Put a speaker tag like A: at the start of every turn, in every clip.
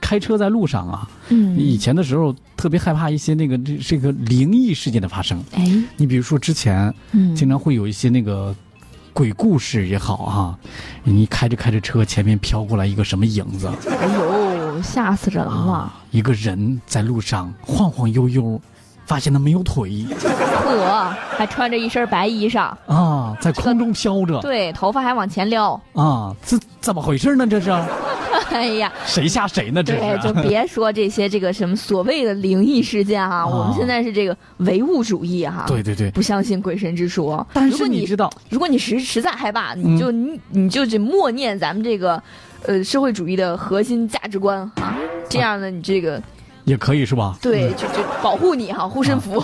A: 开车在路上啊，
B: 嗯，
A: 以前的时候特别害怕一些那个这这个灵异事件的发生。
B: 哎，
A: 你比如说之前
B: 嗯，
A: 经常会有一些那个鬼故事也好啊，你开着开着车，前面飘过来一个什么影子
B: 哎呦，吓死人了，
A: 啊，一个人在路上晃晃悠悠，发现他没有腿
B: 呵，还穿着一身白衣裳，
A: 啊，在空中飘着
B: 对，头发还往前撩，
A: 啊，这怎么回事呢？这是
B: 哎呀，
A: 谁吓谁呢？这
B: 对，
A: 是啊
B: 就别说这些这个什么所谓的灵异事件哈、
A: 啊
B: 我们现在是这个唯物主义哈、
A: 对对对，
B: 不相信鬼神之说。
A: 但
B: 如果
A: 是
B: 你
A: 你知道，嗯
B: 如果你实实在害怕，你就、你你就去默念咱们这个，呃，社会主义的核心价值观啊，这样呢，你这个
A: 也可以是吧？
B: 对，就就保护你哈、护
A: 啊
B: 身符。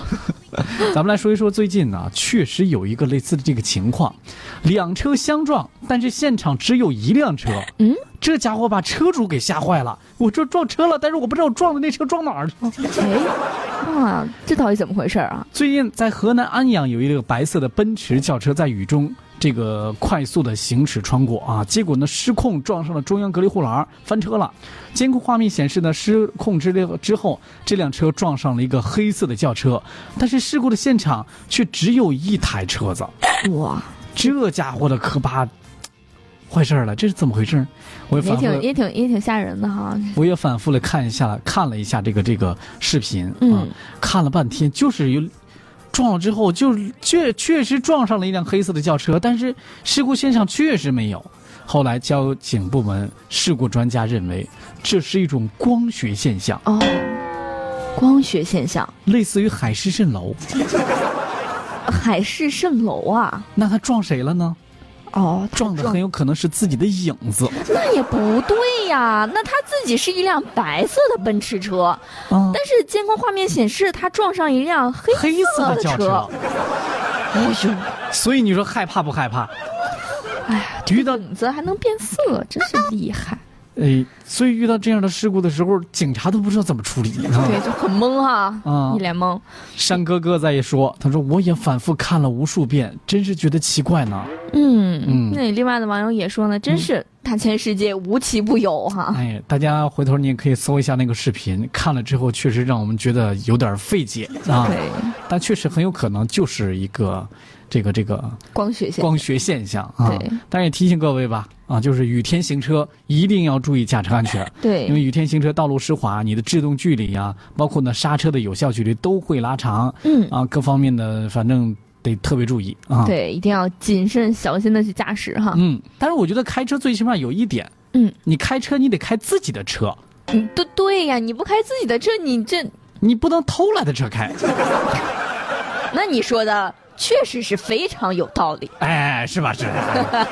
A: 咱们来说一说最近呢、啊确实有一个类似的这个情况，两车相撞，但是现场只有一辆车。
B: 嗯，
A: 这家伙把车主给吓坏了。我这撞车了，但是我不知道我撞的那车撞哪儿去了。
B: 哎，啊，这到底怎么回事儿啊？
A: 最近在河南安阳有一个白色的奔驰轿车在雨中这个快速的行驶穿过啊，结果呢失控撞上了中央隔离护栏，翻车了。监控画面显示呢，失控之列之后，这辆车撞上了一个黑色的轿车，但是事故的现场却只有一台车子。
B: 哇，
A: 这家伙的可把坏事儿了，这是怎么回事儿？我也
B: 也
A: 反复
B: 挺
A: 地，
B: 也挺也挺吓人的哈。
A: 我也反复的看一下，看了一下这个这个视频啊、
B: 嗯
A: 看了半天，就是有撞了之后就确确实撞上了一辆黑色的轿车，但是事故现场确实没有。后来交警部门事故专家认为，这是一种光学现象，
B: 哦，光学现象，
A: 类似于海市蜃楼。
B: 海市蜃楼啊。
A: 那他撞谁了呢？
B: 哦，他
A: 撞的很有可能是自己的影子
B: 那也不对呀，那他自己是一辆白色的奔驰车，
A: 啊，
B: 但是监控画面显示他撞上一辆黑
A: 黑色
B: 色
A: 的轿
B: 车
A: 车。。
B: 哎呦，
A: 所以你说害怕不害怕？
B: 哎呀，
A: 遇到
B: 影子还能变色，真是厉害。
A: 哎，所以遇到这样的事故的时候，警察都不知道怎么处理。啊
B: 对，就很懵哈，
A: 啊
B: 一脸懵。
A: 山哥哥在一说，他说我也反复看了无数遍，真是觉得奇怪呢。
B: 嗯
A: 嗯，
B: 那另外的网友也说呢，真是大千世界无奇不有哈。
A: 哎，大家回头你也可以搜一下那个视频，看了之后确实让我们觉得有点费解啊，
B: 对，
A: 但确实很有可能就是一个这个这个
B: 光学现象。
A: 光学现象啊
B: 对。
A: 但是也提醒各位吧，啊，就是雨天行车一定要注意驾车安全。因为
B: 对，
A: 雨天行车道路湿滑，你的制动距离啊，包括呢刹车的有效距离都会拉长
B: 嗯，
A: 啊，各方面的反正得特别注意啊。，
B: 对，一定要谨慎小心的去驾驶哈。
A: 嗯，但是我觉得开车最起码有一点，
B: 嗯，
A: 你开车你得开自己的车，
B: 嗯，对对呀，你不开自己的车，你这
A: 你不能偷来的车开。
B: 那你说的确实是非常有道理。
A: 哎，是吧？是吧。